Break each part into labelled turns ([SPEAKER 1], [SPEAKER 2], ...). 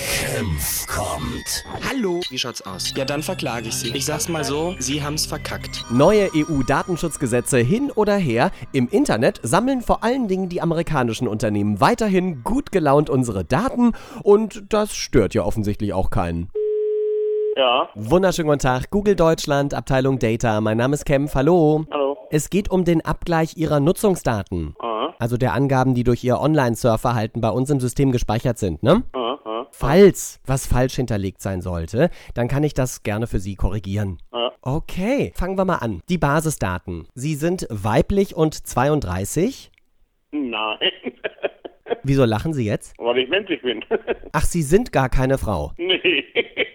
[SPEAKER 1] Senf kommt.
[SPEAKER 2] Hallo. Wie schaut's aus? Ja, dann verklage ich Sie. Ich sag's mal so, Sie haben's verkackt.
[SPEAKER 3] Neue EU-Datenschutzgesetze hin oder her, im Internet sammeln vor allen Dingen die amerikanischen Unternehmen weiterhin gut gelaunt unsere Daten und das stört ja offensichtlich auch keinen.
[SPEAKER 4] Ja,
[SPEAKER 3] Wunderschönen guten Tag, Google Deutschland, Abteilung Data. Mein Name ist Kempf, hallo.
[SPEAKER 4] hallo.
[SPEAKER 3] Es geht um den Abgleich Ihrer Nutzungsdaten. Also der Angaben, die durch Ihr Online-Surfverhalten bei uns im System gespeichert sind, ne? Falls was falsch hinterlegt sein sollte, dann kann ich das gerne für Sie korrigieren. Okay, fangen wir mal an. Die Basisdaten. Sie sind weiblich und 32.
[SPEAKER 4] Nein,
[SPEAKER 3] Wieso lachen Sie jetzt?
[SPEAKER 4] weil ich menschlich bin.
[SPEAKER 3] Ach, Sie sind gar keine Frau.
[SPEAKER 4] nee.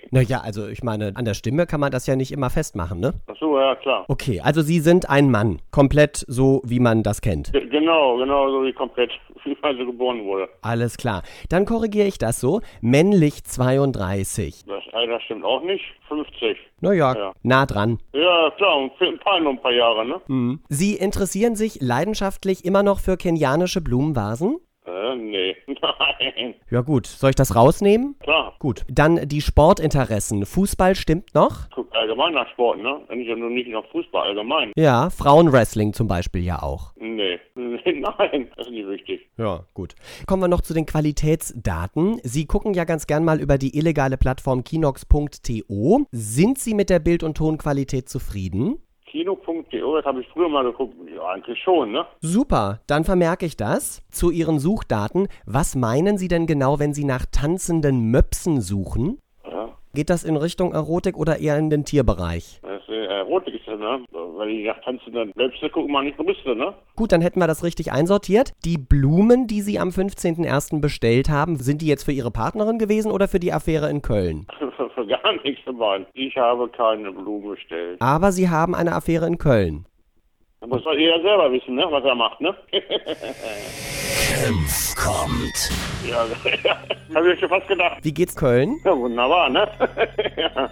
[SPEAKER 3] Naja, also ich meine, an der Stimme kann man das ja nicht immer festmachen, ne?
[SPEAKER 4] Ach so, ja, klar.
[SPEAKER 3] Okay, also Sie sind ein Mann. Komplett so, wie man das kennt.
[SPEAKER 4] G- Genau, genau so wie komplett, wie man so geboren wurde.
[SPEAKER 3] Alles klar. Dann korrigiere ich das so. Männlich 32.
[SPEAKER 4] Das Alter stimmt auch nicht. 50.
[SPEAKER 3] Naja,
[SPEAKER 4] Ja.
[SPEAKER 3] nah dran.
[SPEAKER 4] Ja, klar, und für ein paar, noch ein paar Jahre, ne?
[SPEAKER 3] Sie interessieren sich leidenschaftlich immer noch für kenianische Blumenvasen?
[SPEAKER 4] Äh, nee. Nein.
[SPEAKER 3] Ja gut, soll ich das rausnehmen?
[SPEAKER 4] Klar,
[SPEAKER 3] Gut, dann die Sportinteressen. Fußball stimmt noch?
[SPEAKER 4] guck allgemein nach Sport, ne? Nicht nur nicht nach Fußball, allgemein.
[SPEAKER 3] Ja, Frauenwrestling zum Beispiel ja auch.
[SPEAKER 4] Nee. nee. Nein, das ist nicht wichtig.
[SPEAKER 3] Ja, gut. Kommen wir noch zu den Qualitätsdaten. Sie gucken ja ganz gern mal über die illegale Plattform kinox.to. Sind Sie mit der Bild- und Tonqualität zufrieden?
[SPEAKER 4] Kino.de, das habe ich früher mal geguckt. Ja, eigentlich schon, ne?
[SPEAKER 3] Super, dann vermerke ich das. Zu Ihren Suchdaten. Was meinen Sie denn genau, wenn Sie nach tanzenden Möpsen suchen?
[SPEAKER 4] Ja.
[SPEAKER 3] Geht das in Richtung Erotik oder eher in den Tierbereich?
[SPEAKER 4] Das ist äh, Erotik, ist das, ne? Weil die nach Tanzen dann selbst gucken, man nicht Brüste, ne?
[SPEAKER 3] Gut, dann hätten wir das richtig einsortiert. Die Blumen, die Sie am 15.01. bestellt haben, sind die jetzt für Ihre Partnerin gewesen oder für die Affäre in Köln?
[SPEAKER 4] Gar nichts dabei. Ich habe keine Blumen bestellt.
[SPEAKER 3] Aber Sie haben eine Affäre in Köln.
[SPEAKER 4] Da muss doch jeder selber wissen, ne? was er macht, ne?
[SPEAKER 1] Senf kommt.
[SPEAKER 4] ja, habe ich schon fast gedacht.
[SPEAKER 3] Wie geht's Köln?
[SPEAKER 4] Ja, wunderbar, ne? ja.